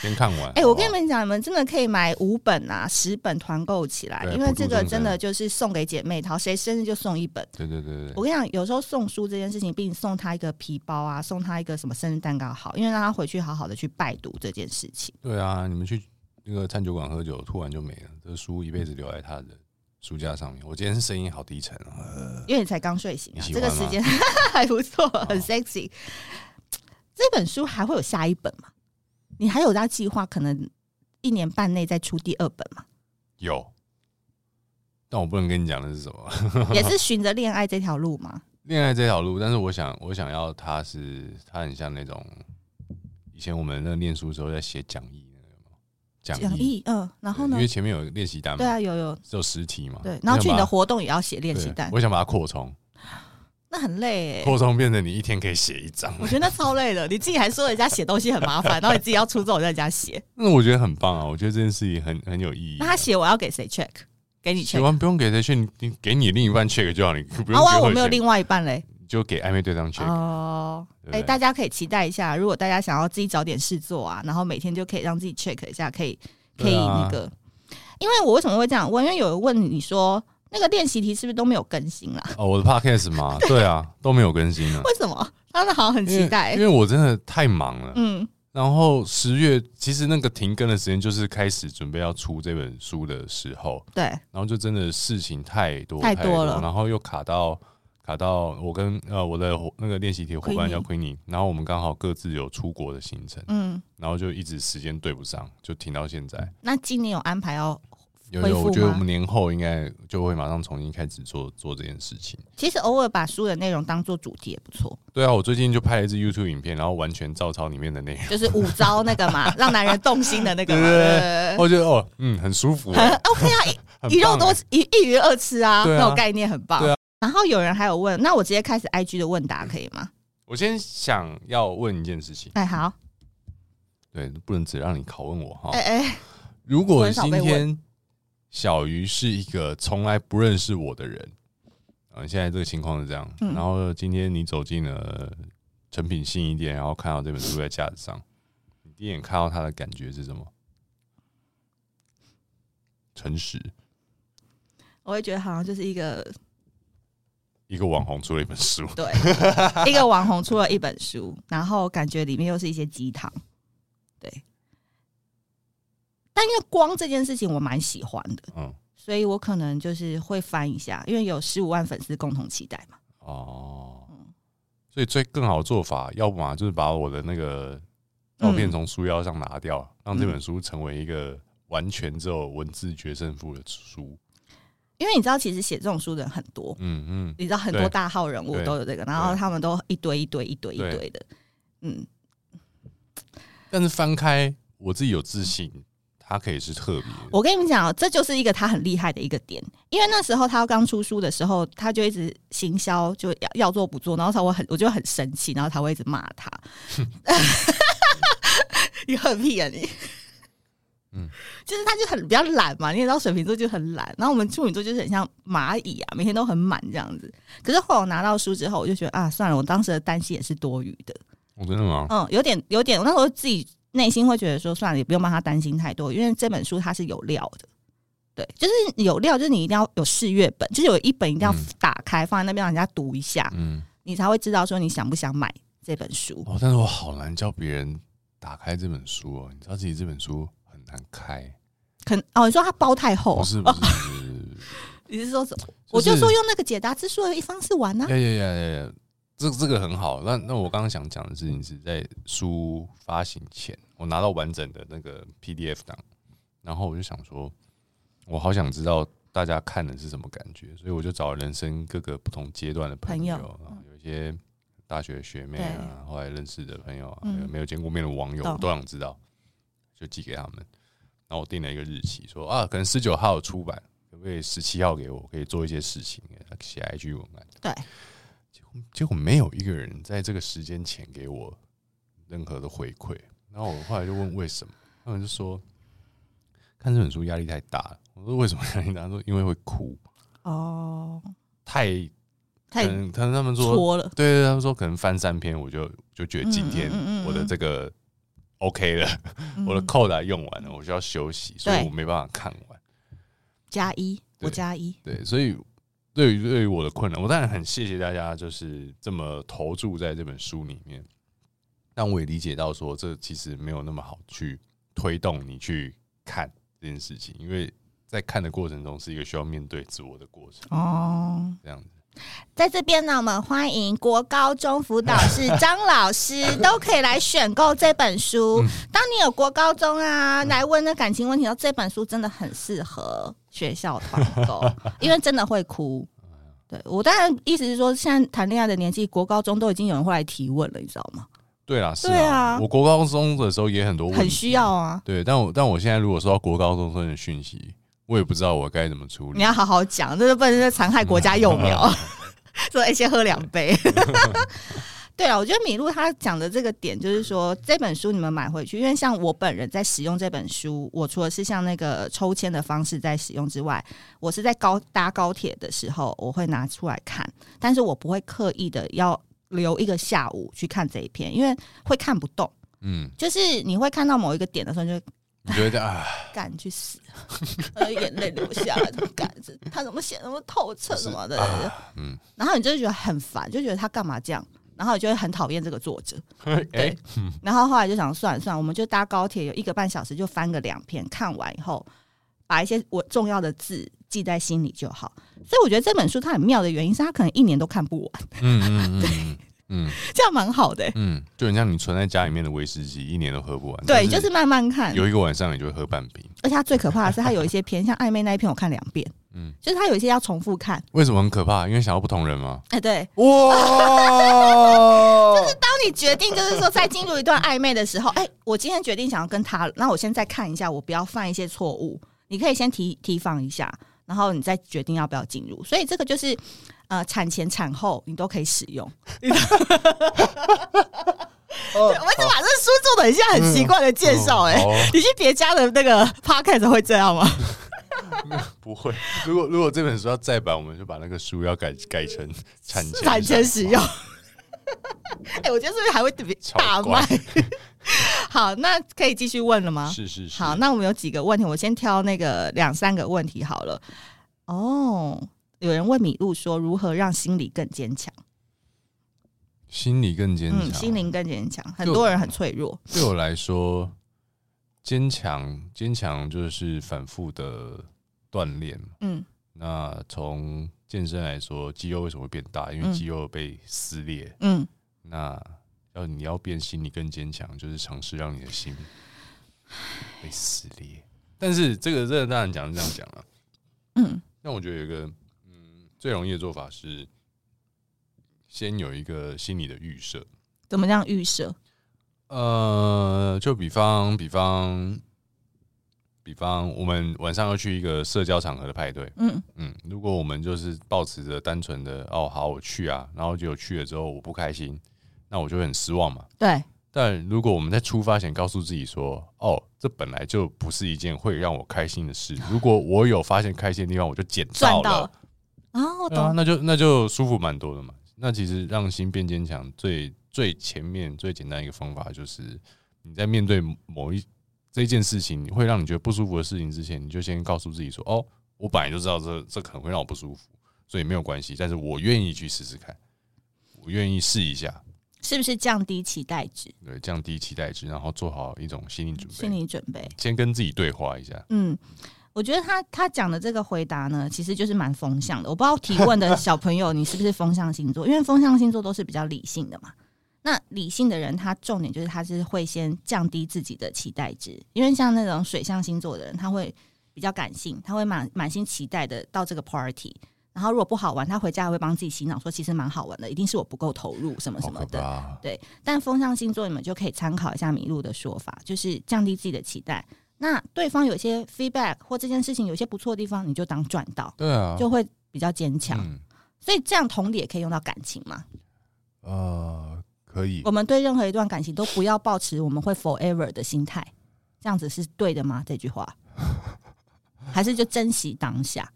[SPEAKER 2] 先看完。
[SPEAKER 1] 哎、我跟你
[SPEAKER 2] 好不好
[SPEAKER 1] 们讲，你们真的可以买五本啊，十本团购起来，
[SPEAKER 2] 对
[SPEAKER 1] 因为
[SPEAKER 2] 普度
[SPEAKER 1] 这个
[SPEAKER 2] 众
[SPEAKER 1] 真的
[SPEAKER 2] 生
[SPEAKER 1] 就是送给姐妹淘，谁生日就送一本。
[SPEAKER 2] 对对对对
[SPEAKER 1] 我跟
[SPEAKER 2] 对，
[SPEAKER 1] 你讲，有时候送书这件事情，比你送他一个皮包啊，送他一个什么生日蛋糕好，因为让他回去好好的去拜读这件事情。
[SPEAKER 2] 对啊，你们去那个餐酒馆喝酒，突然就没了，这书一辈子留在他的书架上面。我今天声音好低沉啊，
[SPEAKER 1] 因为你才刚睡醒、
[SPEAKER 2] 你
[SPEAKER 1] 啊，
[SPEAKER 2] 喜
[SPEAKER 1] 这
[SPEAKER 2] 欢哦
[SPEAKER 1] 个时间 还不错，很 sexy。这本书还会有下一本吗？你还有在计划可能一年半内再出第二本 吗？
[SPEAKER 2] 有，但我不能跟你讲的是什么，
[SPEAKER 1] 也是循着恋爱这条路吗？
[SPEAKER 2] 恋爱这条路，但是我想，我想要它是它很像那种以前我们那个念书的时候在写讲义那个有没有讲
[SPEAKER 1] 讲义，嗯，然后
[SPEAKER 2] 对
[SPEAKER 1] 呢
[SPEAKER 2] 因为？前面有练习单嘛，
[SPEAKER 1] 对啊，有有
[SPEAKER 2] 只有十题嘛，
[SPEAKER 1] 对，然后去你的
[SPEAKER 2] 我想把
[SPEAKER 1] 活动也要写练习
[SPEAKER 2] 对哦
[SPEAKER 1] 单，
[SPEAKER 2] 我想把它扩充，
[SPEAKER 1] 那很累、欸。
[SPEAKER 2] 扩充变成你一天可以写 一张，
[SPEAKER 1] 我觉得那超累的，你自己还说人家写东西很麻 烦，然后你自己要出这种在人家写，
[SPEAKER 2] 那我觉得很棒啊，我觉得这件事情很很有意义
[SPEAKER 1] 那
[SPEAKER 2] 啊。
[SPEAKER 1] 他写我要给谁 check？给你
[SPEAKER 2] 写
[SPEAKER 1] check？
[SPEAKER 2] 完不用给谁去，你你给你另一半 check 就好，你 不用
[SPEAKER 1] 啊哇，
[SPEAKER 2] 给
[SPEAKER 1] 我没有
[SPEAKER 2] check，
[SPEAKER 1] 另外一半嘞。
[SPEAKER 2] 你就给暧昧对象 check，、
[SPEAKER 1] 哦，
[SPEAKER 2] 对不
[SPEAKER 1] 哎、
[SPEAKER 2] 对
[SPEAKER 1] 大家可以期待一下，如果大家想要自己找点事做啊，然后每天就可以让自己 check 一下，可以可以
[SPEAKER 2] 对啊
[SPEAKER 1] 那个。因为我为什么会这样问？因为有人问你说那个练习题是不是都没有更新啦？
[SPEAKER 2] 哦，我的 podcast 嘛，对啊，都没有更新了，
[SPEAKER 1] 为什么？他们好像很
[SPEAKER 2] 因为
[SPEAKER 1] 期待
[SPEAKER 2] 因。为我真的太忙了。
[SPEAKER 1] 嗯，
[SPEAKER 2] 然后十月其实那个停更的时间就是开始准备要出这本书的时候，
[SPEAKER 1] 对，
[SPEAKER 2] 然后就真的事情太多
[SPEAKER 1] 太多了
[SPEAKER 2] 然后又卡到卡到我跟呃我的伙那个练习题伙伴叫 Queenie，然后我们刚好各自有出国的行程，
[SPEAKER 1] 嗯，
[SPEAKER 2] 然后就一直时间对不上，就停到现在。
[SPEAKER 1] 那今年有安排哦要？
[SPEAKER 2] 有
[SPEAKER 1] 恢
[SPEAKER 2] 有，
[SPEAKER 1] 复
[SPEAKER 2] 我觉得
[SPEAKER 1] 吗
[SPEAKER 2] 我们年后应该就会马上重新开始做做这件事情。
[SPEAKER 1] 其实偶尔把书的内容当做主题也不错，
[SPEAKER 2] 对啊，我最近就拍了一支 YouTube 影片，然后完全照抄里面的 内容，
[SPEAKER 1] 就是五招那个 嘛，让男人动心的那个嘛。
[SPEAKER 2] 对对对
[SPEAKER 1] 对对对
[SPEAKER 2] 我觉得哦，嗯，很舒服、
[SPEAKER 1] 很 OK 啊，
[SPEAKER 2] 很
[SPEAKER 1] 一肉
[SPEAKER 2] 棒
[SPEAKER 1] 多
[SPEAKER 2] 欸
[SPEAKER 1] 吃一一鱼二吃啊，
[SPEAKER 2] 对啊
[SPEAKER 1] 那种概念很棒。
[SPEAKER 2] 对啊
[SPEAKER 1] 然后有人还有问，那我直接开始 IG 的问答可以吗？
[SPEAKER 2] 我先想要问一件事情，
[SPEAKER 1] 哎，好，
[SPEAKER 2] 对，不能只让你拷问我哈。
[SPEAKER 1] 哎哎，
[SPEAKER 2] 如果
[SPEAKER 1] 很少
[SPEAKER 2] 今
[SPEAKER 1] 被
[SPEAKER 2] 天小鱼是一个从来不认识我的人，啊，现在这个情况是这样，
[SPEAKER 1] 嗯
[SPEAKER 2] 然后今天你走进了成品信一店，然后看到这本书在架子上，你第一眼看到它的感觉是什么？诚实，
[SPEAKER 1] 我会觉得好像就是一个
[SPEAKER 2] 一个网红出了一本书，
[SPEAKER 1] 对一个网红出了一本书，然后感觉里面又是一些鸡汤，对。但因为光这件事情我蛮喜欢的，
[SPEAKER 2] 嗯，
[SPEAKER 1] 所以我可能就是会翻一下，因为有十五万粉丝共同期待嘛。
[SPEAKER 2] 哦
[SPEAKER 1] 嗯，
[SPEAKER 2] 所以最更好的做法，要么就是把我的那个照
[SPEAKER 1] 嗯
[SPEAKER 2] 片从书腰上拿掉，让这本书成为一个完全只有文字决胜负的书。
[SPEAKER 1] 因为你知道，其实写这种书的人很多，
[SPEAKER 2] 嗯嗯，
[SPEAKER 1] 你知道很多
[SPEAKER 2] 对
[SPEAKER 1] 大号人物
[SPEAKER 2] 对
[SPEAKER 1] 都有这个，然后
[SPEAKER 2] 对
[SPEAKER 1] 他们都一堆一堆一堆一堆的，嗯，
[SPEAKER 2] 但是翻开，我自己有自信，它可以是特别的。
[SPEAKER 1] 我跟你们讲哦，这就是一个他很厉害的一个点，因为那时候他刚出书的时候，他就一直行销，就要要做不做，然后他会很，我就很生气，然后他会一直骂他，你很屁啊你，嗯
[SPEAKER 2] 嗯，
[SPEAKER 1] 就是他就很比较懒嘛，你也知道水瓶座就很懒，然后我们处女座就是很像蚂蚁啊，每天都很满这样子。可是后来我拿到书之后，我就觉得啊，算了，我当时的担心也是多余的，
[SPEAKER 2] 我哦真的吗？
[SPEAKER 1] 嗯，有点有点，我那时候自己内心会觉得说，算了，也不用帮他担心太多，因为这本书它是有料的。对，就是有料，就是你一定要有试阅本，就是有一本一定要
[SPEAKER 2] 嗯
[SPEAKER 1] 打开、放在那边让人家读一下，
[SPEAKER 2] 嗯，
[SPEAKER 1] 你才会知道说你想不想买这本书。
[SPEAKER 2] 哦，但是我好难叫别人打开这本书哦，你知道其实这本书很难开，
[SPEAKER 1] 肯哦，你说它包太厚
[SPEAKER 2] 不
[SPEAKER 1] 啊，
[SPEAKER 2] 是不是不是，不是
[SPEAKER 1] 你是说什么？ 我就是说用那个解答之书的一方式玩啊呢、
[SPEAKER 2] 呀呀呀呀呀！这这个很好。那那我刚刚想讲的事情是在书发行前，我拿到完整的那个 PDF 档，然后我就想说，我好想知道大家看的是什么感觉，所以我就找人生各个不同阶段的朋友，
[SPEAKER 1] 朋友嗯
[SPEAKER 2] 然后有一些大学学妹啊，后来认识的朋友啊，
[SPEAKER 1] 嗯
[SPEAKER 2] 还有没有见过面的网友，
[SPEAKER 1] 懂
[SPEAKER 2] 我都想知道，就寄给他们。然后我定了一个日期，说啊，可能十九号出版，可不可以十七号给我，可以做一些事情，给他写 IG 文案。
[SPEAKER 1] 对，
[SPEAKER 2] 结果没有一个人在这个时间前给我任何的回馈。然后我后来就问为什么，他们就说看这本书压力太大了。我说为什么压力大？他说因为会哭，
[SPEAKER 1] 哦，
[SPEAKER 2] 太
[SPEAKER 1] 太
[SPEAKER 2] 可能他他们说
[SPEAKER 1] 搓了，
[SPEAKER 2] 对对，他们说可能翻三篇我就就觉得今天
[SPEAKER 1] 嗯嗯嗯嗯
[SPEAKER 2] 我的这个 OK 了，
[SPEAKER 1] 嗯
[SPEAKER 2] 我的扣打用完了，我就要休息，所以
[SPEAKER 1] 对
[SPEAKER 2] 我没办法看完。
[SPEAKER 1] 加一，
[SPEAKER 2] 对
[SPEAKER 1] 我加一，
[SPEAKER 2] 对，所以对于对于我的困难，我当然很谢谢大家，就是这么投注在这本书里面。但我也理解到说，这其实没有那么好去推动你去看这件事情，因为在看的过程中是一个需要面对自我的过程，
[SPEAKER 1] 哦。
[SPEAKER 2] 这样子。
[SPEAKER 1] 在这边呢，我们欢迎国高中辅导室张老 师都可以来选购这本书。
[SPEAKER 2] 嗯
[SPEAKER 1] 当你有国高中啊来问那感情问题的时候，这本书真的很适合学校团 购，因为真的会哭。对我当然意思是说，现在谈恋爱的年纪，国高中都已经有人会来提问了，你知道吗？
[SPEAKER 2] 对啦，是
[SPEAKER 1] 对啊
[SPEAKER 2] 我国高中的时候也很多问题，
[SPEAKER 1] 很需要啊，
[SPEAKER 2] 对，但我但我现在如果收到国高中生的讯息，我也不知道我该怎么处理
[SPEAKER 1] 你。要好好讲，这是不能再残害国家幼苗。 说哎、先喝两杯。 对啊，我觉得米露他讲的这个点，就是说这本书你们买回去，因为像我本人在使用这本书，我除了是像那个抽签的方式在使用之外，我是在高搭高铁的时候我会拿出来看，但是我不会刻意的要留一个下午去看这一篇，因为会看不动。
[SPEAKER 2] 嗯，
[SPEAKER 1] 就是你会看到某一个点的时候，你就
[SPEAKER 2] 你觉 得啊，
[SPEAKER 1] 干去死，呃，眼泪流下来，怎么干？这他怎么写那么透彻什么的？
[SPEAKER 2] 嗯，
[SPEAKER 1] 然后你就会觉得很烦，就觉得他干嘛这样，然后你就会很讨厌这个作者。
[SPEAKER 2] 哎、
[SPEAKER 1] 然后后来就想算了算了，我们就搭高铁，有一个半小时就翻个两篇，看完以后把一些我重要的字记在心里就好。所以我觉得这本书它很妙的原因是，它可能一年都看不完，
[SPEAKER 2] 嗯嗯嗯嗯嗯
[SPEAKER 1] 这样蛮好的、
[SPEAKER 2] 嗯，就很像你存在家里面的威士忌，一年都喝不完。
[SPEAKER 1] 对，
[SPEAKER 2] 但
[SPEAKER 1] 就是慢慢看。
[SPEAKER 2] 有一个晚上你就会喝半瓶。
[SPEAKER 1] 而且它最可怕的是，它有一些篇，像暧昧那一篇，我看两遍，
[SPEAKER 2] 嗯
[SPEAKER 1] 就是它有一些要重复看。
[SPEAKER 2] 为什么很可怕？因为想要不同人吗？
[SPEAKER 1] 哎，对，
[SPEAKER 2] 哇！
[SPEAKER 1] 当你决定就是说在进入一段暧昧的时候，哎、我今天决定想要跟他了，那我先再看一下，我不要犯一些错误。你可以先提提防一下，然后你再决定要不要进入。所以这个就是呃，产前产后你都可以使用。我一直把这书做的很像很奇怪的介绍、哎、
[SPEAKER 2] 好啊
[SPEAKER 1] 你去别家的那个 podcast 会这样吗？
[SPEAKER 2] 不会。如果如果这本书要再版，我们就把那个书要改改成产前
[SPEAKER 1] 产前使 用。哎、我觉得是不是还会特别
[SPEAKER 2] 超
[SPEAKER 1] 大
[SPEAKER 2] 怪
[SPEAKER 1] 卖？ 好，那可以继续问了吗？
[SPEAKER 2] 是是是。
[SPEAKER 1] 好，那我们有几个问题，我先挑那个两三个问题好了。哦，有人问米露说如何让心理更坚强？
[SPEAKER 2] 心理更坚强。
[SPEAKER 1] 嗯，心灵更坚强，很
[SPEAKER 2] 就
[SPEAKER 1] 多人很脆弱。
[SPEAKER 2] 对我来说，坚强坚强就是反复的锻炼嘛。
[SPEAKER 1] 嗯，
[SPEAKER 2] 那从健身来说，肌肉为什么会变大？因为
[SPEAKER 1] 嗯
[SPEAKER 2] 肌肉被撕裂。
[SPEAKER 1] 嗯，
[SPEAKER 2] 那要你要变心，你更坚强，就是尝试让你的心被撕裂。但是这个这个当然讲是这样讲了、
[SPEAKER 1] 嗯，
[SPEAKER 2] 但我觉得有一个嗯最容易的做法是，先有一个心理的预设。
[SPEAKER 1] 怎么样预设？
[SPEAKER 2] 呃，就比方比方比方，我们晚上要去一个社交场合的派对，
[SPEAKER 1] 嗯
[SPEAKER 2] 嗯，如果我们就是抱持着单纯的哦好我去啊，然后结果去了之后我不开心，那我就会很失望嘛。
[SPEAKER 1] 对，
[SPEAKER 2] 但如果我们在出发前告诉自己说：“哦，这本来就不是一件会让我开心的事。 如果我有发现开心的地方，我就捡
[SPEAKER 1] 赚
[SPEAKER 2] 到
[SPEAKER 1] 到
[SPEAKER 2] 了
[SPEAKER 1] 了。啊，我
[SPEAKER 2] 对啊，
[SPEAKER 1] 懂。
[SPEAKER 2] 那就那就舒服蛮多的嘛。那其实让心变坚强，最最前面最简单一个方法就是，你在面对某一这件事情会让你觉得不舒服的事情之前，你就先告诉自己说：“哦，我本来就知道这这可能会让我不舒服，所以没有关系。但是我愿意去试试看，我愿意试一下。
[SPEAKER 1] 是不是降低期待值、
[SPEAKER 2] 对，降低期待值，然后做好一种心理准
[SPEAKER 1] 心
[SPEAKER 2] 备，
[SPEAKER 1] 理准备？
[SPEAKER 2] 先跟自己对话一下。
[SPEAKER 1] 嗯，我觉得他他讲的这个回答呢，其实就是蛮风向的。我不知道提问的小朋友你是不是风象星座，因为风象星座都是比较理性的嘛。那理性的人，他重点就是他是会先降低自己的期待值，因为像那种水象星座的人，他会比较感性，他会满满心期待的到这个 party。然后如果不好玩，他回家还会帮自己洗脑说其实蛮好玩的，一定是我不够投入什么
[SPEAKER 2] 好
[SPEAKER 1] 什么
[SPEAKER 2] 可
[SPEAKER 1] 的。
[SPEAKER 2] 怕！
[SPEAKER 1] 但风象星座你们就可以参考一下麋鹿的说法，就是降低自己的期待。那对方有些 feedback 或这件事情有些不错的地方，你就当赚到，
[SPEAKER 2] 对啊，
[SPEAKER 1] 就会比较坚强。
[SPEAKER 2] 嗯
[SPEAKER 1] 所以这样同理也可以用到感情嘛。
[SPEAKER 2] 呃，可以
[SPEAKER 1] 我们对任何一段感情都不要抱持我们会 forever 的心态，这样子是对的吗？这句话，还是就珍惜当下？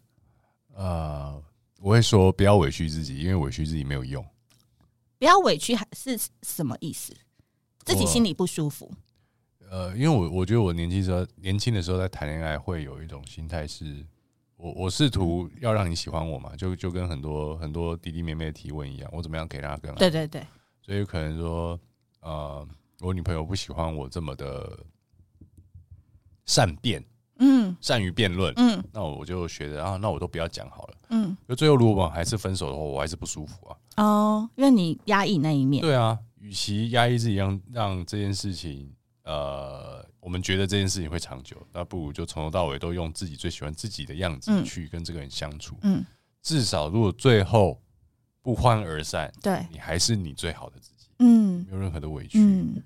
[SPEAKER 2] 呃，我会说不要委屈自己，因为委屈自己没有用。
[SPEAKER 1] 不要委屈，还是什么意思？自己
[SPEAKER 2] 我
[SPEAKER 1] 心里不舒服，
[SPEAKER 2] 呃，因为我我觉得我年轻时候年轻的时候在谈恋爱会有一种心态是，我我试图要让你喜欢我嘛，就就跟很多很多弟弟妹妹的提问一样，我怎么样可以让他更爱我
[SPEAKER 1] 对对对，
[SPEAKER 2] 所以有可能说，呃，我女朋友不喜欢我这么的善辩，
[SPEAKER 1] 嗯
[SPEAKER 2] 善于辩论，
[SPEAKER 1] 嗯
[SPEAKER 2] 那我就觉得啊，那我都不要讲好了。
[SPEAKER 1] 嗯，
[SPEAKER 2] 就最后如果我们还是分手的话，我还是不舒服啊。
[SPEAKER 1] 哦，因为你压抑那一面，
[SPEAKER 2] 对啊，与其压抑自己让让这件事情，呃，我们觉得这件事情会长久，那不如就从头到尾都用自己最喜欢自己的样子
[SPEAKER 1] 嗯
[SPEAKER 2] 去跟这个人相处。
[SPEAKER 1] 嗯，
[SPEAKER 2] 至少如果最后不欢而散，
[SPEAKER 1] 对，
[SPEAKER 2] 你还是你最好的自己，
[SPEAKER 1] 嗯
[SPEAKER 2] 没有任何的委屈。
[SPEAKER 1] 嗯，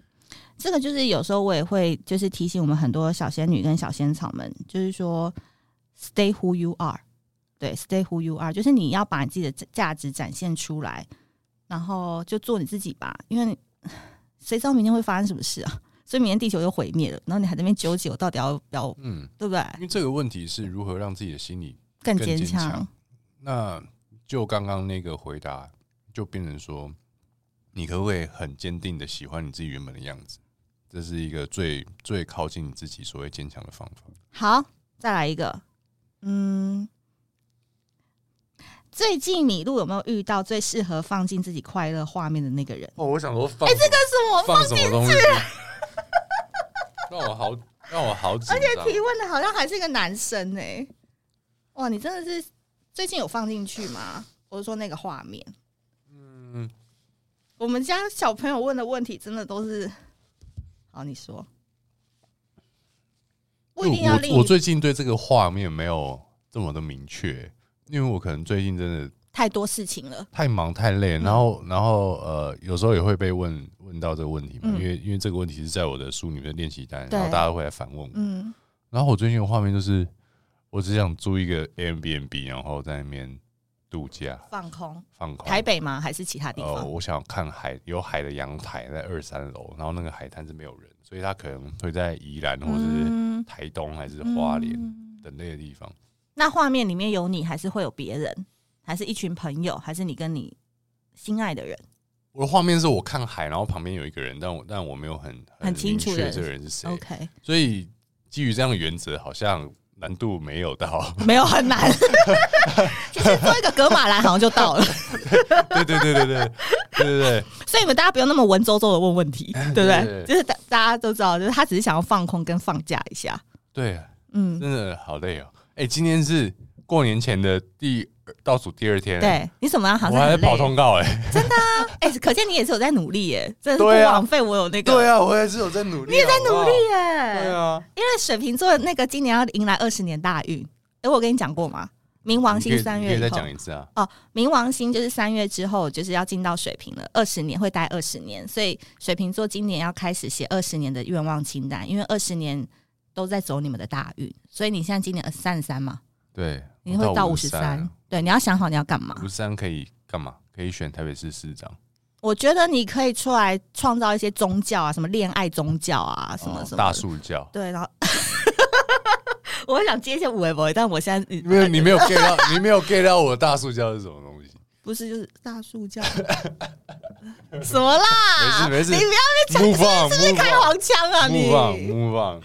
[SPEAKER 1] 这个就是有时候我也会就是提醒我们很多小仙女跟小仙草们，就是说 stay who you are，对，stay who you are，就是你要把你自己的价价值展现出来，然后就做你自己吧，因为你谁知道明天会发生什么事啊？所以明天地球又毁灭了，然后你还在那边纠结我到底要不要，
[SPEAKER 2] 嗯，
[SPEAKER 1] 对不对？
[SPEAKER 2] 因为这个问题是如何让自己的心理
[SPEAKER 1] 更
[SPEAKER 2] 更坚
[SPEAKER 1] 坚强
[SPEAKER 2] 强，那就刚刚那个回答，就变成说，你可不可以很坚定的喜欢你自己原本的样子？这是一个最最靠近你自己所谓坚强的方法。
[SPEAKER 1] 好，再来一个。嗯，最近米露有没有遇到最适合放进自己快乐画面的那个人？
[SPEAKER 2] 哦，我想说放，哎、这个
[SPEAKER 1] 这是我
[SPEAKER 2] 放什么东西？
[SPEAKER 1] 啊
[SPEAKER 2] 让我好，让我好紧张。
[SPEAKER 1] 提问的，好像还是一个男生呢、哇，你真的是最近有放进去吗？我是说那个画面，
[SPEAKER 2] 嗯，
[SPEAKER 1] 我们家小朋友问的问题真的都是……好，你说，不一定要另
[SPEAKER 2] 我我
[SPEAKER 1] 一
[SPEAKER 2] 最近对这个画面没有这么的明确，因为我可能最近真的
[SPEAKER 1] 太多事情了。
[SPEAKER 2] 太忙太
[SPEAKER 1] 嗯
[SPEAKER 2] 累，然后然后呃，有时候也会被问问到这个问题嘛，
[SPEAKER 1] 嗯
[SPEAKER 2] 因为因为这个问题是在我的书里面的练习单，
[SPEAKER 1] 对
[SPEAKER 2] 然后大家会来反问我。
[SPEAKER 1] 嗯，
[SPEAKER 2] 然后我最近的画面就是，我只想租一个 Airbnb，然后在那边度假
[SPEAKER 1] 放空，
[SPEAKER 2] 放空。
[SPEAKER 1] 台北吗？还是其他地
[SPEAKER 2] 呃，
[SPEAKER 1] 方？
[SPEAKER 2] 我想看海，有海的阳台在二三楼，然后那个海滩是没有人，所以他可能会在宜兰或者是
[SPEAKER 1] 嗯，
[SPEAKER 2] 台东还是花莲
[SPEAKER 1] 嗯
[SPEAKER 2] 等类的地方。
[SPEAKER 1] 那画面里面有你，还是会有别人，还是一群朋友，还是你跟你心爱的人？
[SPEAKER 2] 我的画面是我看海，然后旁边有一个人，但我但我没有很
[SPEAKER 1] 很清楚
[SPEAKER 2] 明确
[SPEAKER 1] 的
[SPEAKER 2] 这个人是谁。
[SPEAKER 1] OK，
[SPEAKER 2] 所以基于这样的原则，好像难度没有到。
[SPEAKER 1] 没有很难， 其实做一个格马兰好像就到了，
[SPEAKER 2] 对对对对对对对对，
[SPEAKER 1] 所以你们大家不用那么文绉绉的问问题，对不对？
[SPEAKER 2] 哎对
[SPEAKER 1] 就是大大家都知道，就是他只是想要放空跟放假一下，
[SPEAKER 2] 对，啊
[SPEAKER 1] 嗯，
[SPEAKER 2] 真的好累哦。哎、今天是过年前的第二倒数第二天，，
[SPEAKER 1] 对你怎么样好
[SPEAKER 2] 我
[SPEAKER 1] 像
[SPEAKER 2] 还在
[SPEAKER 1] 很
[SPEAKER 2] 跑
[SPEAKER 1] 累，
[SPEAKER 2] 通告哎、
[SPEAKER 1] 哎、可见你也是有在努力耶，真的是不
[SPEAKER 2] 对啊
[SPEAKER 1] 枉费我有那个，
[SPEAKER 2] 啊，我也是有在努力，你也在
[SPEAKER 1] 努力耶，
[SPEAKER 2] 对啊，
[SPEAKER 1] 因为水瓶座那个今年要迎来二十年大运，哎、我跟你讲过吗？冥王
[SPEAKER 2] 你
[SPEAKER 1] 星
[SPEAKER 2] 可以
[SPEAKER 1] 三
[SPEAKER 2] 你可
[SPEAKER 1] 月
[SPEAKER 2] 以再
[SPEAKER 1] 以后，
[SPEAKER 2] 讲一次啊。
[SPEAKER 1] 哦，冥王星就是三月之后就是要进到水瓶了，二十年会待二十年，所以水瓶座今年要开始写二十年的愿望清单，因为二十年都在走你们的大运，所以你现在今年三十三嘛，
[SPEAKER 2] 对，
[SPEAKER 1] 你会到
[SPEAKER 2] 五啊
[SPEAKER 1] 五十三，，对，你要想好你要干嘛
[SPEAKER 2] 五。十三可以干嘛？可以选台北市市长，
[SPEAKER 1] 我觉得你可以出来创造一些宗教啊，什么恋爱宗教啊，什么
[SPEAKER 2] 哦
[SPEAKER 1] 什么的、
[SPEAKER 2] 大树教。
[SPEAKER 1] 对，然后 我想接一些五维博，但我现在
[SPEAKER 2] 没有，你没有 get 到，你没有 get 到我的大树教是什么东西？
[SPEAKER 1] 不是就是大树 教，什么啦？
[SPEAKER 2] 没事没
[SPEAKER 1] 你
[SPEAKER 2] 事
[SPEAKER 1] 不要
[SPEAKER 2] ，move on，
[SPEAKER 1] 是开
[SPEAKER 2] move
[SPEAKER 1] 黄腔啊
[SPEAKER 2] on，move
[SPEAKER 1] 你！
[SPEAKER 2] on，move on。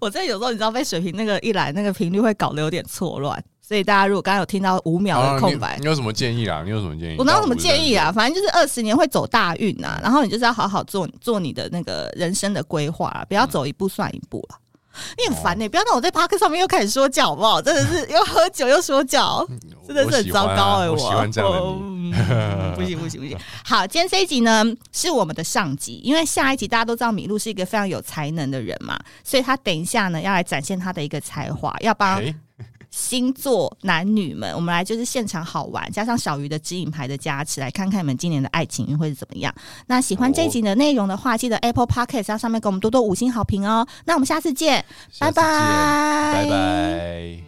[SPEAKER 1] 我这有时候你知道被水瓶那个一来，那个频率会搞得有点错乱，所以大家如果刚刚有听到五秒的
[SPEAKER 2] 啊
[SPEAKER 1] 空白
[SPEAKER 2] 你，你有什么建议啊？你有什么建议？
[SPEAKER 1] 我哪有什么建议啊？？反正就是二十年会走大运啊，然后你就是要好好做做你的那个人生的规划、啊，不要走一步算一步啊。你很烦呢、
[SPEAKER 2] 哦
[SPEAKER 1] 不要让我在 p a r k 上面又开始说教好不好？真的是又喝酒又说教，真的是很糟糕哎、
[SPEAKER 2] 我喜欢啊我喜欢这样的
[SPEAKER 1] 我
[SPEAKER 2] 你。
[SPEAKER 1] 嗯不行不行不行。好，今天这一集呢是我们的上集，因为下一集大家都知道米露是一个非常有才能的人嘛，所以他等一下呢要来展现他的一个才华，要帮
[SPEAKER 2] 哎，
[SPEAKER 1] 星座男女们，我们来就是现场好玩，加上小鱼的指引牌的加持，来看看你们今年的爱情运会是怎么样。那喜欢这一集的内容的话，记得 Apple Podcast 要上面给我们多多五星好评哦。那我们下次见，
[SPEAKER 2] 下次见
[SPEAKER 1] 拜
[SPEAKER 2] 拜拜。